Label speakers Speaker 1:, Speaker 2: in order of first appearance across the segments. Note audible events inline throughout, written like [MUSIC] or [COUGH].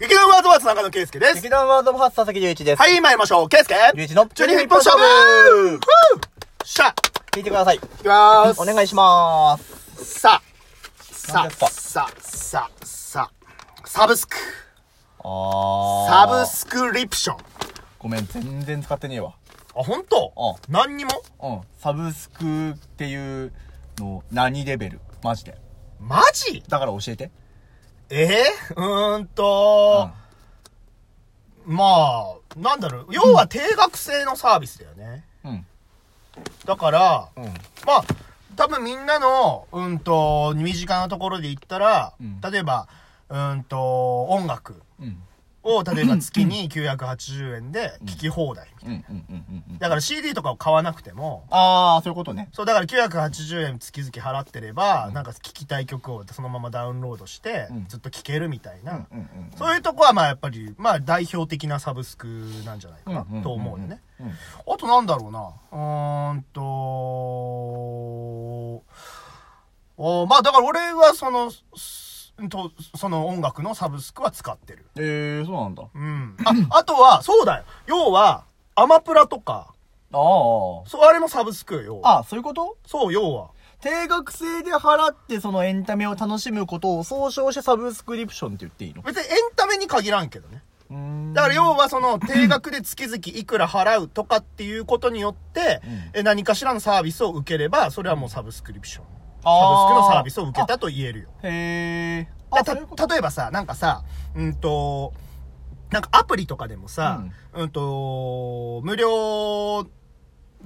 Speaker 1: 劇団ワードワーツ中野圭介です。
Speaker 2: 劇団ワードオブハーツ佐々木隆一です。
Speaker 1: はい、参りましょう。圭介
Speaker 2: 隆一の
Speaker 1: 中二一本勝負ふうしゃ、
Speaker 2: 聞いてください。
Speaker 1: いきまーす。
Speaker 2: お願いしまーす。
Speaker 1: す。さあ、さ
Speaker 2: 何
Speaker 1: あ、
Speaker 2: ですか
Speaker 1: さあ、さあ、さあ、サブスク。サ
Speaker 2: あ
Speaker 1: ブスクリプション。
Speaker 2: ごめん、全然使ってねえわ。
Speaker 1: あ、ほんと
Speaker 2: う
Speaker 1: 何にも
Speaker 2: うん。サブスクっていうの何レベルマジで。
Speaker 1: マジ
Speaker 2: だから教えて。
Speaker 1: えー、うーんと、まあ、なんだろう、要は定額制のサービスだよね。
Speaker 2: うん。
Speaker 1: だから、
Speaker 2: うん。
Speaker 1: まあ、多分みんなの、うんと、身近なところで言ったら、
Speaker 2: うん
Speaker 1: 例えば、うんと、音楽
Speaker 2: うん。
Speaker 1: を、例えば月に980円で聴き放題みたいな。
Speaker 2: うん。うん。うん。うん。
Speaker 1: だから CD とかを買わなくても、
Speaker 2: あー、そういうことね。
Speaker 1: そう、だから980円月々払ってれば、なんか聴きたい曲をそのままダウンロードして、
Speaker 2: うん
Speaker 1: ずっと聴けるみたいな。
Speaker 2: うん。うん。
Speaker 1: そういうとこはまあやっぱり、まあ代表的なサブスクなんじゃないか
Speaker 2: うんうんうんう
Speaker 1: なんと思うよね。
Speaker 2: うん。
Speaker 1: あとなんだろうな。うーんと、おまあだから俺はその、すんとその音楽のサブスクは使ってる。
Speaker 2: えー、そうなんだ。
Speaker 1: うん。あ、あとは、そうだよ。要は、アマプラとか、
Speaker 2: あー。
Speaker 1: そう、あれもサブスクよ、要は。
Speaker 2: あ、そういうこと
Speaker 1: そう、要は。
Speaker 2: 定額制で払ってそのエンタメを楽しむことを総称してサブスクリプションって言っていいの
Speaker 1: 別にエンタメに限らんけどね。
Speaker 2: うーん
Speaker 1: だから要はその定額で月々いくら払うとかっていうことによって、え何かしらのサービスを受ければ、それはもうサブスクリプション。サブスクのサービスを受けたと言えるよ。
Speaker 2: へえ。
Speaker 1: だ
Speaker 2: あそういうこと
Speaker 1: た例えばさ、なんかさ、うんと、なんかアプリとかでもさ、うん、と、無料、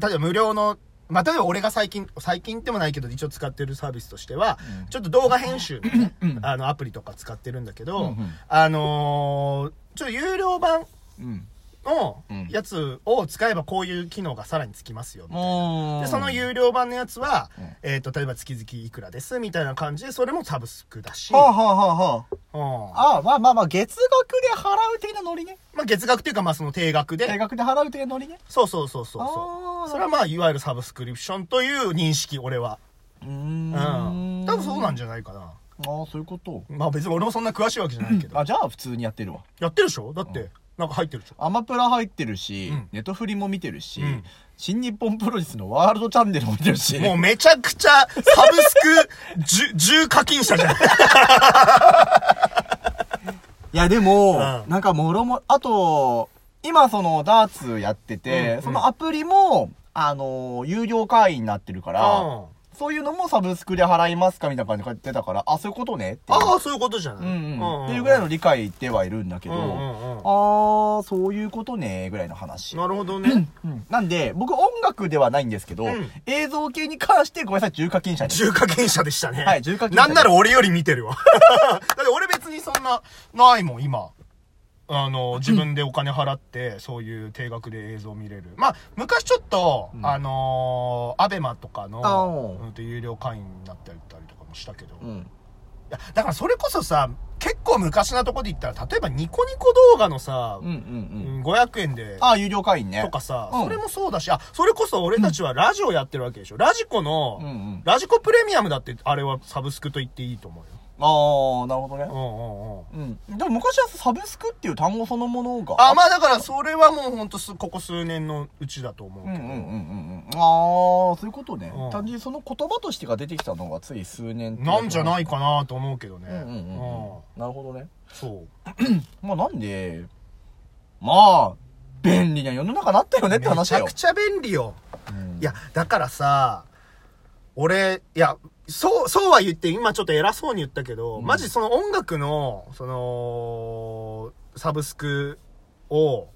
Speaker 1: 例えば無料の、まあ、例えば俺が最近、最近でもないけど、一応使ってるサービスとしては、
Speaker 2: うん
Speaker 1: ちょっと動画編集のね、
Speaker 2: うん
Speaker 1: あの、アプリとか使ってるんだけど、
Speaker 2: うんうん
Speaker 1: あのーちょっと有料版
Speaker 2: うん。
Speaker 1: の
Speaker 2: うん
Speaker 1: やつを使えばこういう機能がさらにつきますよ、みたいな。
Speaker 2: もう。
Speaker 1: で、その有料版のやつは、
Speaker 2: うん
Speaker 1: えっ、と、例えば月々いくらです、みたいな感じで、それもサブスクだし、
Speaker 2: はあ、はあはあは
Speaker 1: うん
Speaker 2: あ。あまあまあまあ、月額で払う的なノリね。
Speaker 1: まあ、月額っていうか、まあ、その定額
Speaker 2: 定
Speaker 1: で。
Speaker 2: 額で払う的なノリね。
Speaker 1: そうそうそうそう
Speaker 2: あ
Speaker 1: そ
Speaker 2: ー
Speaker 1: う。それはまあ、いわゆるサブスクリプションという認識、俺は。
Speaker 2: うー
Speaker 1: うんん。多分そうなん
Speaker 2: じ
Speaker 1: じゃないかな。
Speaker 2: ゃ。ああ、そういうこと。
Speaker 1: まあ、別に俺もそんな詳しいわけじゃないけど。
Speaker 2: あ、じゃあ普通にやってるわ。
Speaker 1: やってるでしょだっ
Speaker 2: う
Speaker 1: て、なんか入ってるでしょ
Speaker 2: アマプラ入ってるし、
Speaker 1: うん
Speaker 2: ネットフリも見てるし、
Speaker 1: うん
Speaker 2: 新日本プロレスのワールドチャンネルも見てるし。
Speaker 1: もうめちゃくちゃ、サブスク、重、重課金者じゃない
Speaker 2: いや、でも、
Speaker 1: うん
Speaker 2: なんかもろも、あと、今そのダーツやってて、
Speaker 1: うん
Speaker 2: そのアプリも、あのー有料会員になってるから、
Speaker 1: うん
Speaker 2: そういうのもサブスクで払いますかみたいな感じで言ってたから、あ、そういうことねっていう。
Speaker 1: ああ、そういうことじゃない。
Speaker 2: う
Speaker 1: ん
Speaker 2: んうん。
Speaker 1: ん
Speaker 2: っていうぐらいの理解ではいるんだけど、
Speaker 1: うんう
Speaker 2: あ
Speaker 1: んうん
Speaker 2: ー、そういうことね、ぐらいの話。
Speaker 1: なるほどね。
Speaker 2: うんなんで、僕音楽ではないんですけど、
Speaker 1: うん
Speaker 2: 映像系に関してごめんなさい、重課金
Speaker 1: [LAUGHS]
Speaker 2: 者です。
Speaker 1: 重課金者でしたね。
Speaker 2: はい重課金者
Speaker 1: なんなら俺より見て
Speaker 2: [LAUGHS]
Speaker 1: るわ。だって俺別にそんな、ないもん、今。あの、自分でお金払って、そういう定額で映像見れる。まあ、昔ちょっと、
Speaker 2: うん
Speaker 1: あのーアベマとか
Speaker 2: あ
Speaker 1: の
Speaker 2: お、う
Speaker 1: うんと、有料会員になったりとかもしたけど。
Speaker 2: う
Speaker 1: い
Speaker 2: ん。
Speaker 1: や、だからそれこそさ、結構昔なとこで言ったら、例えばニコニコ動画のさ
Speaker 2: うんうんう、ん。
Speaker 1: うん500円で、
Speaker 2: あー、有料会員ね。
Speaker 1: とかさ、
Speaker 2: うん
Speaker 1: それもそうだし、あ、それこそ俺たちはラジオやってるわけでしょ。ラジコの、
Speaker 2: うんうん。
Speaker 1: ラジコプレミアムだって、あれはサブスクと言っていいと思うよ。
Speaker 2: あー、なるほどね。
Speaker 1: うんうんうん。
Speaker 2: うん。でも昔はサブスクっていう単語そのものが。
Speaker 1: あ、まあだからそれはもうほんとす、ここ数年のうちだと思う
Speaker 2: うん
Speaker 1: け
Speaker 2: う
Speaker 1: ど。
Speaker 2: んうんうんうん。あー、そういうことね。
Speaker 1: うん
Speaker 2: 単純にその言葉としてが出てきたのがつい数年
Speaker 1: なんじゃないいかなと思うけどね。
Speaker 2: うんうんうん
Speaker 1: うん
Speaker 2: うん。なるほどね。
Speaker 1: そう。
Speaker 2: まあなんで、まあ、便利な世の中なったよねって
Speaker 1: め
Speaker 2: 話
Speaker 1: ち
Speaker 2: だ
Speaker 1: ゃ
Speaker 2: よ
Speaker 1: く。ちゃ便利よ。
Speaker 2: うん
Speaker 1: いや、だからさ、俺、いや、そう、そうは言って、今ちょっと偉そうに言ったけど、
Speaker 2: うん
Speaker 1: マジその音楽の、その、サブスクを、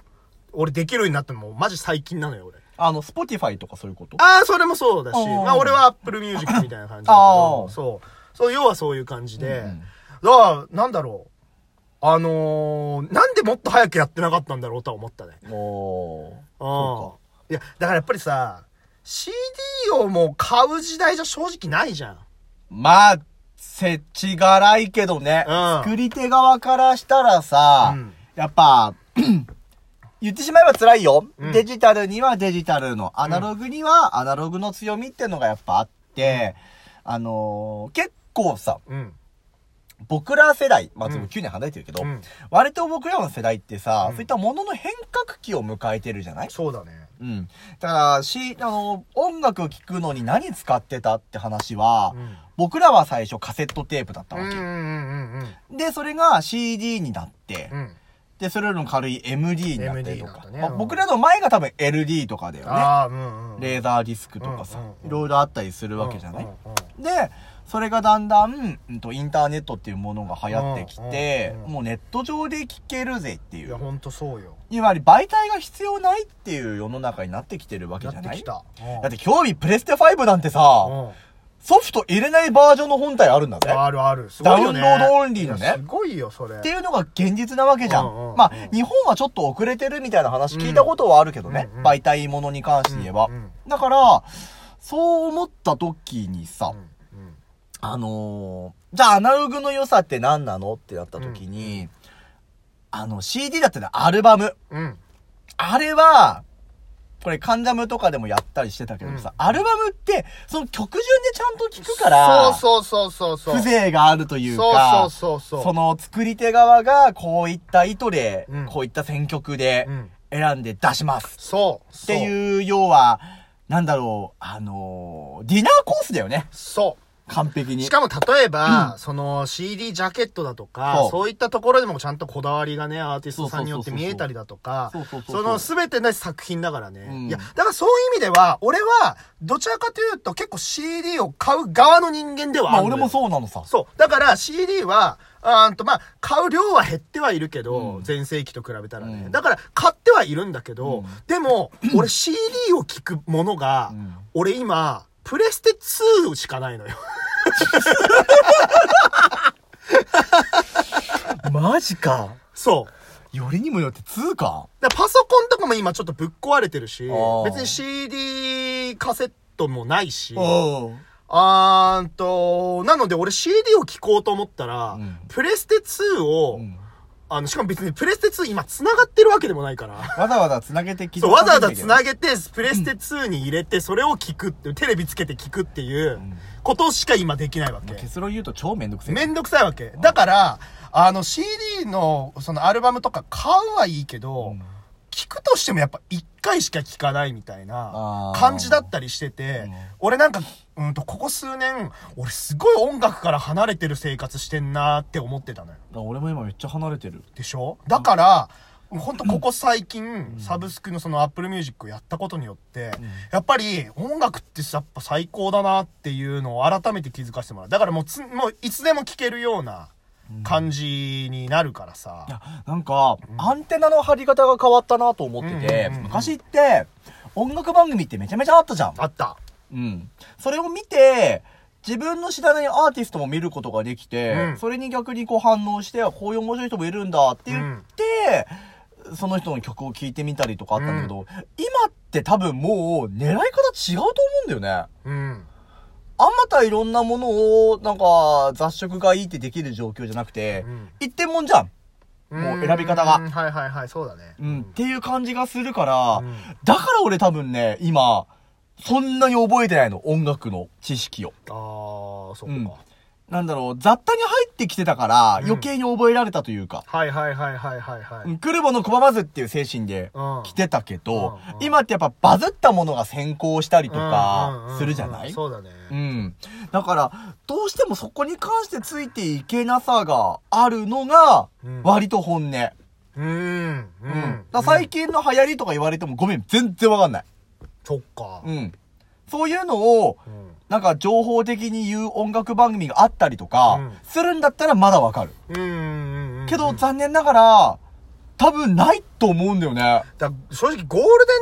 Speaker 1: 俺できるようになったのも、マジ最近なのよ、俺。
Speaker 2: あの、スポティファイとかそういうこと
Speaker 1: ああ、それもそうだし、
Speaker 2: あー
Speaker 1: まあ俺は Apple Music みたいな感じだけ
Speaker 2: あ
Speaker 1: ど
Speaker 2: ー、
Speaker 1: そう。そう、要はそういう感じで。
Speaker 2: うん
Speaker 1: だから、なんだろう。あのー、なんでもっと早くやってなかったんだろうとは思ったね。
Speaker 2: うんお
Speaker 1: う
Speaker 2: ー。
Speaker 1: ん
Speaker 2: そ。
Speaker 1: いや、だからやっぱりさ、CD をもう買う時代じゃ正直ないじゃん。
Speaker 2: まあ、せちがらいけどね。
Speaker 1: うん
Speaker 2: 作り手側からしたらさ、
Speaker 1: うん
Speaker 2: やっぱ、 [CLEARS THROAT] 言ってしまえば辛いよ、
Speaker 1: うん
Speaker 2: デジタルにはデジタルの、アナログにはアナログの強みってのがやっぱあって、あのー結構さ、
Speaker 1: うん。
Speaker 2: 僕ら世代、まあ、
Speaker 1: うん
Speaker 2: でも9年離れてるけど、
Speaker 1: うん
Speaker 2: 割と僕らの世代ってさ、
Speaker 1: うん
Speaker 2: そういったものの変革期を迎えてるじゃない
Speaker 1: そうだね。
Speaker 2: うん。だから、し、あの、音楽聴くのに何使ってたって話は、
Speaker 1: うん
Speaker 2: 僕らは最初カセットテープだった
Speaker 1: うん
Speaker 2: わ
Speaker 1: うん
Speaker 2: け。
Speaker 1: うんうん
Speaker 2: で、それが CD になって、
Speaker 1: うん。
Speaker 2: で、それよりも軽い MD になったりと
Speaker 1: MD になっ
Speaker 2: か。
Speaker 1: たね
Speaker 2: まあ
Speaker 1: うん
Speaker 2: 僕らの前が多分 LD とかだよね。
Speaker 1: ああ、うんうん。
Speaker 2: レーザーディスクとかさ、
Speaker 1: うんうんうん
Speaker 2: いろいろあったりするわけじゃない、
Speaker 1: うんうんうん
Speaker 2: で、それがだんだん、うんと、インターネットっていうものが流行ってきて、
Speaker 1: うんうんうん
Speaker 2: もうネット上で聴けるぜってい
Speaker 1: いや、
Speaker 2: う。
Speaker 1: ほんとそうよ。
Speaker 2: いわゆる媒体が必要ないっていう世の中になってきてるわけ
Speaker 1: や
Speaker 2: じゃ
Speaker 1: って
Speaker 2: ない
Speaker 1: きた。
Speaker 2: だって興味プレステ5なんてさ、
Speaker 1: うん
Speaker 2: ソフト入れないバージョンの本体あるんだぜ。っ
Speaker 1: あるある。すごいよね
Speaker 2: ダウンロードオンリーのね
Speaker 1: いやすごいよ、それ。
Speaker 2: ていうのが現実なわけじゃん。
Speaker 1: うんうんうん
Speaker 2: まあ、日本はちょっと遅れてるみたいな話聞いたことはあるけどね。
Speaker 1: うんうん
Speaker 2: 媒体ものに関して言えば。
Speaker 1: うんうん
Speaker 2: だから、そう思った時にさ、
Speaker 1: うんうん
Speaker 2: あのーじゃあアナログの良さって何なのってなった時に、あの CD だってね、アルバム。
Speaker 1: うん。
Speaker 2: あれは、これ、カンジャムとかでもやったりしてたけどさ、アルバムって、その曲順でちゃんと聴くから、
Speaker 1: そうそうそうそうそう。
Speaker 2: 風情があるという
Speaker 1: そう
Speaker 2: か、
Speaker 1: そうそうそう。
Speaker 2: その作り手側がこういった意図で、
Speaker 1: うん
Speaker 2: こういった選曲で
Speaker 1: うん。
Speaker 2: 選んで出します。
Speaker 1: そう。
Speaker 2: って
Speaker 1: う。
Speaker 2: いう、要は、なんだろう、あのーディナーコースだよね。
Speaker 1: そ
Speaker 2: 完璧
Speaker 1: う。
Speaker 2: に
Speaker 1: し。かも例えば、その CD ジャケットだと
Speaker 2: そ
Speaker 1: か
Speaker 2: う、
Speaker 1: そういったところでもちゃんとこだわりがね、アーティストさんによって見えたりだとか
Speaker 2: そうそう、そうそう
Speaker 1: その全ての作品だからね。
Speaker 2: うん
Speaker 1: いや、だからそういう意味では、俺は、どちらかというと結構 CD を買う側の人間では
Speaker 2: ま
Speaker 1: あ
Speaker 2: あ
Speaker 1: るのよ
Speaker 2: 俺もそうなのさ。
Speaker 1: そう。だから CD は、あーんと、まあ、買う量は減ってはいるけど、
Speaker 2: うん
Speaker 1: 前世紀と比べたらね。
Speaker 2: うん
Speaker 1: だから、買ってはいるんだけど、
Speaker 2: うん
Speaker 1: で
Speaker 2: [CLEARS THROAT]
Speaker 1: も、俺 CD を聞くものが、
Speaker 2: うん
Speaker 1: 俺今、プレステ2しかないのよ。 [LAUGHS]
Speaker 2: マジか。
Speaker 1: そう。
Speaker 2: よりにもよって通か。
Speaker 1: だからパソコンとかも今ちょっとぶっ壊れてるし
Speaker 2: あー、
Speaker 1: 別に CD カセットもないし、
Speaker 2: お
Speaker 1: あーんと、なので俺 CD を聞こうと思ったら、
Speaker 2: うん
Speaker 1: プレステ2を、
Speaker 2: うん。
Speaker 1: あの、しかも別にプレステ2今繋がってるわけでもないから。
Speaker 2: わざわざ繋げてき
Speaker 1: そう、わざわざ
Speaker 2: げ
Speaker 1: 繋げて、プレステ2に入れて、それを聞くって、テレビつけて聞くっていう、ことしか今できないわけ。
Speaker 2: 結論言うと超めんどくせえ。
Speaker 1: めんどくさいわけ。だから、あの、CD の、そのアルバムとか買うはいいけど、
Speaker 2: うん
Speaker 1: 聞くとしてもやっぱ一回しか聞かないみたいな
Speaker 2: あー
Speaker 1: 感じだったりしてて
Speaker 2: うん、
Speaker 1: 俺なんか、うんと、ここ数年、俺すごい音楽から離れてる生活してんなーって思ってたのよ。
Speaker 2: あ俺も今めっちゃ離れてる。
Speaker 1: でしょだから、ほんとここ最近、サブスクのその Apple Music をやったことによって、やっぱり音楽ってやっぱ最高だなっていうのを改めて気づかせてもらう。だからもうつ、もういつでも聴けるような感じになるからさ。
Speaker 2: いや、なんか、アンテナの張り方が変わったなと思ってて、
Speaker 1: うんうんうんうん
Speaker 2: 昔って、音楽番組ってめちゃめちゃあったじゃん。
Speaker 1: あった。
Speaker 2: うん。それを見て、自分の知らないアーティストも見ることができて、
Speaker 1: うん
Speaker 2: それに逆にこう反応して、あこういう面白い人もいるんだって言って、その人の曲を聴いてみたりとかあったんだけど、今って多分もう狙い方違うと思うんだよね。
Speaker 1: うん。
Speaker 2: あまたいろんなものを、なんか、雑食がいいってできる状況じゃなくて、
Speaker 1: うん
Speaker 2: 一点もんじゃん。もう選び方が
Speaker 1: うんはいはいはい、そうだね。
Speaker 2: うん、っていう感じがするから、
Speaker 1: うん
Speaker 2: だから俺多分ね、今、そんなに覚えてないの、音楽の知識を。
Speaker 1: あー、そっか。
Speaker 2: うんなんだろう、雑多に入ってきてたから、
Speaker 1: うん
Speaker 2: 余計に覚えられたというか、
Speaker 1: はいはいはいはいはいは
Speaker 2: う
Speaker 1: い。
Speaker 2: ん、クルボの拒まずっていう精神で
Speaker 1: うん
Speaker 2: 来てたけど、
Speaker 1: うんうん
Speaker 2: 今ってやっぱバズったものが先行したりと
Speaker 1: うんうんうんう
Speaker 2: か
Speaker 1: ん、
Speaker 2: するじゃない
Speaker 1: そうだね。
Speaker 2: うん。だから、どうしてもそこに関してついていけなさがあるのが
Speaker 1: うん、
Speaker 2: 割と本音。う。
Speaker 1: うん。うん
Speaker 2: だ
Speaker 1: ん。
Speaker 2: から最近の流行りとか言われてもごめん、全然わかんない。
Speaker 1: そっか。
Speaker 2: うん。そういうのを、
Speaker 1: うん
Speaker 2: なんか情報的に言う音楽番組があったりとか、
Speaker 1: うん
Speaker 2: するんだったらまだわかる。
Speaker 1: うんうんうんうん
Speaker 2: けど、残念ながら、多分ないと思うんだよね。
Speaker 1: だ正直ゴール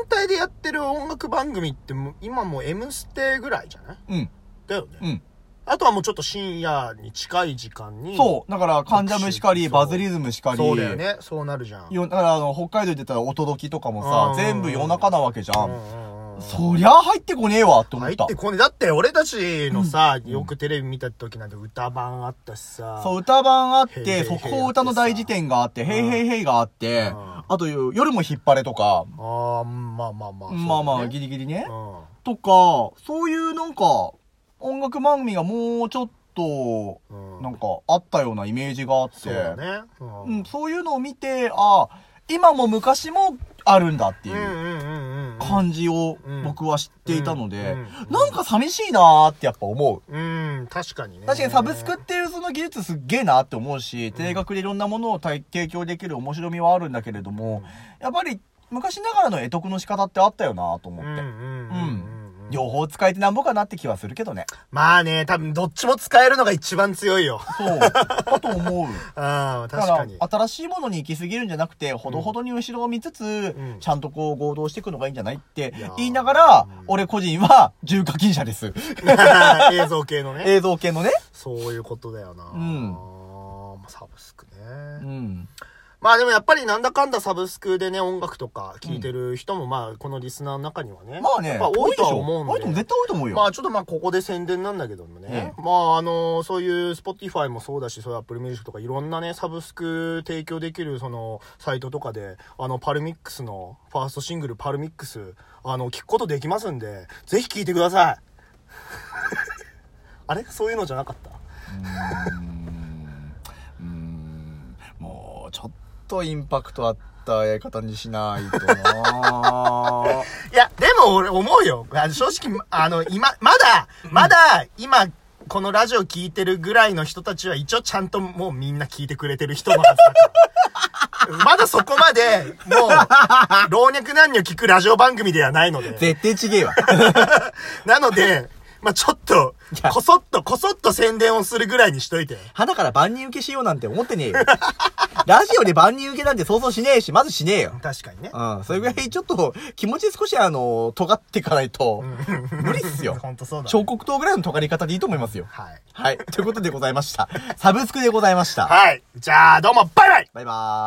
Speaker 1: デン帯でやってる音楽番組ってもう今もう「M ステ」ぐらいじゃない
Speaker 2: うん。
Speaker 1: だよね、
Speaker 2: うん。
Speaker 1: あとはもうちょっと深夜に近い時間に
Speaker 2: そう。だから、カンジャムしかり、
Speaker 1: そう
Speaker 2: バズリズムしかり。
Speaker 1: そうだよねそうなるじゃん
Speaker 2: よだから、あの、北海道で言ったら、お届きとかも
Speaker 1: う
Speaker 2: さ
Speaker 1: ん、
Speaker 2: 全部夜中なわけじゃ。
Speaker 1: うんんうんうん
Speaker 2: そりゃ入ってこねえわ、と思
Speaker 1: 入
Speaker 2: っ。
Speaker 1: ったてこねだって俺たちのさ、よくテレビ見た時なんて歌版あったしさ
Speaker 2: そう、歌版あっ
Speaker 1: へいへいへい
Speaker 2: て、速報歌の大辞典があって、へいへいへいがあって、
Speaker 1: うん
Speaker 2: あと、夜も引っ張れとか、
Speaker 1: ああまあまあまあ、
Speaker 2: まあまあ、ギ
Speaker 1: リ
Speaker 2: リギリね。
Speaker 1: うん
Speaker 2: とか、そういうなんか、音楽番組がもうちょっと、
Speaker 1: うん
Speaker 2: なんかあったようなイメージがあって、
Speaker 1: そうだね。う
Speaker 2: うんん、そういうのを見て、ああ、今も昔もあるんだって
Speaker 1: う
Speaker 2: い
Speaker 1: んうん
Speaker 2: う
Speaker 1: うんうん。
Speaker 2: 感じを
Speaker 1: うん
Speaker 2: 僕は知っていたので、
Speaker 1: うん
Speaker 2: なんか寂しいなーってやっぱ思う。
Speaker 1: うん、確かにね。
Speaker 2: 確かにサブスクっていうその技術すっげえなって思うし、定額でいろんなものを体提供できる面白みはあるんだけれども、やっぱり昔ながらの得得の仕方ってあったよなと思
Speaker 1: うん
Speaker 2: っ
Speaker 1: うんう
Speaker 2: て。
Speaker 1: んうんうん。
Speaker 2: 両方使えてなんぼかなって気はするけどね。
Speaker 1: まあね、多分どっちも使えるのが一番強い
Speaker 2: [LAUGHS]
Speaker 1: よ。
Speaker 2: そう。だと思う。
Speaker 1: ああ、
Speaker 2: だ
Speaker 1: [LAUGHS] 確
Speaker 2: か
Speaker 1: かに。
Speaker 2: ら、新しいものに行き過ぎるんじゃなくて、ほどほどに後ろを見つつ、
Speaker 1: ん
Speaker 2: ちゃんとこう合同していくのがいいんじゃないって
Speaker 1: いやー
Speaker 2: 言いながら
Speaker 1: うん、
Speaker 2: 俺個人は重課金者です。
Speaker 1: [LAUGHS] 映像系のね。
Speaker 2: 映像系のね。
Speaker 1: そういうことだよな。
Speaker 2: うん
Speaker 1: まあサブスク
Speaker 2: う
Speaker 1: ね。
Speaker 2: ん。
Speaker 1: まあでもやっぱりなんだかんだサブスクでね、音楽とか聴いてる人もまあこのリスナーの中にはね。
Speaker 2: まあね、
Speaker 1: やっぱ多いとは思
Speaker 2: 多いと
Speaker 1: うん
Speaker 2: 思う
Speaker 1: で
Speaker 2: 絶。対多いと思うよ。
Speaker 1: まあちょっとまあここで宣伝なんだけどもね。まああの、そういう Spotify もそうだし、そういう Apple Music とかいろんなね、サブスク提供できるそのサイトとかで、あの、パルミックスのファーストシングルパルミックス、あの、聞くことできますんで、ぜひ聴いてください。あれそういうのじゃなかった
Speaker 2: うーんもうちょっとインパクトあったやり方にしないと
Speaker 1: [LAUGHS]
Speaker 2: な
Speaker 1: いや、でも俺思うよ。あの正直、あの、今、まだ、まだ、今、このラジオ聞いてるぐらいの人たちは一応ちゃんともうみんな聞いてくれてる人のはずだから。 [LAUGHS] まだそこまで、もう、老若男女聞くラジオ番組ではないの [LAUGHS] で。
Speaker 2: 絶対ちげえわ
Speaker 1: なので、まあちょっと
Speaker 2: や、
Speaker 1: こそっと、こそっと宣伝をするぐらいにしといて。
Speaker 2: 花から万人受けしようなんて思ってねえよラジオで万人受けなんて想像しねえしまずしねえよ
Speaker 1: 確かにね。
Speaker 2: うん、それぐらいちょっと気持ち少しあの尖ってかないと無理っすよ
Speaker 1: [LAUGHS] ほんとそうだね
Speaker 2: 彫刻刀ぐらいの尖り方でいいと思いますよ
Speaker 1: はい。
Speaker 2: はいということでございましたサブスクでございました
Speaker 1: はい。じゃあ、どうも、バイバイ
Speaker 2: バイバーイ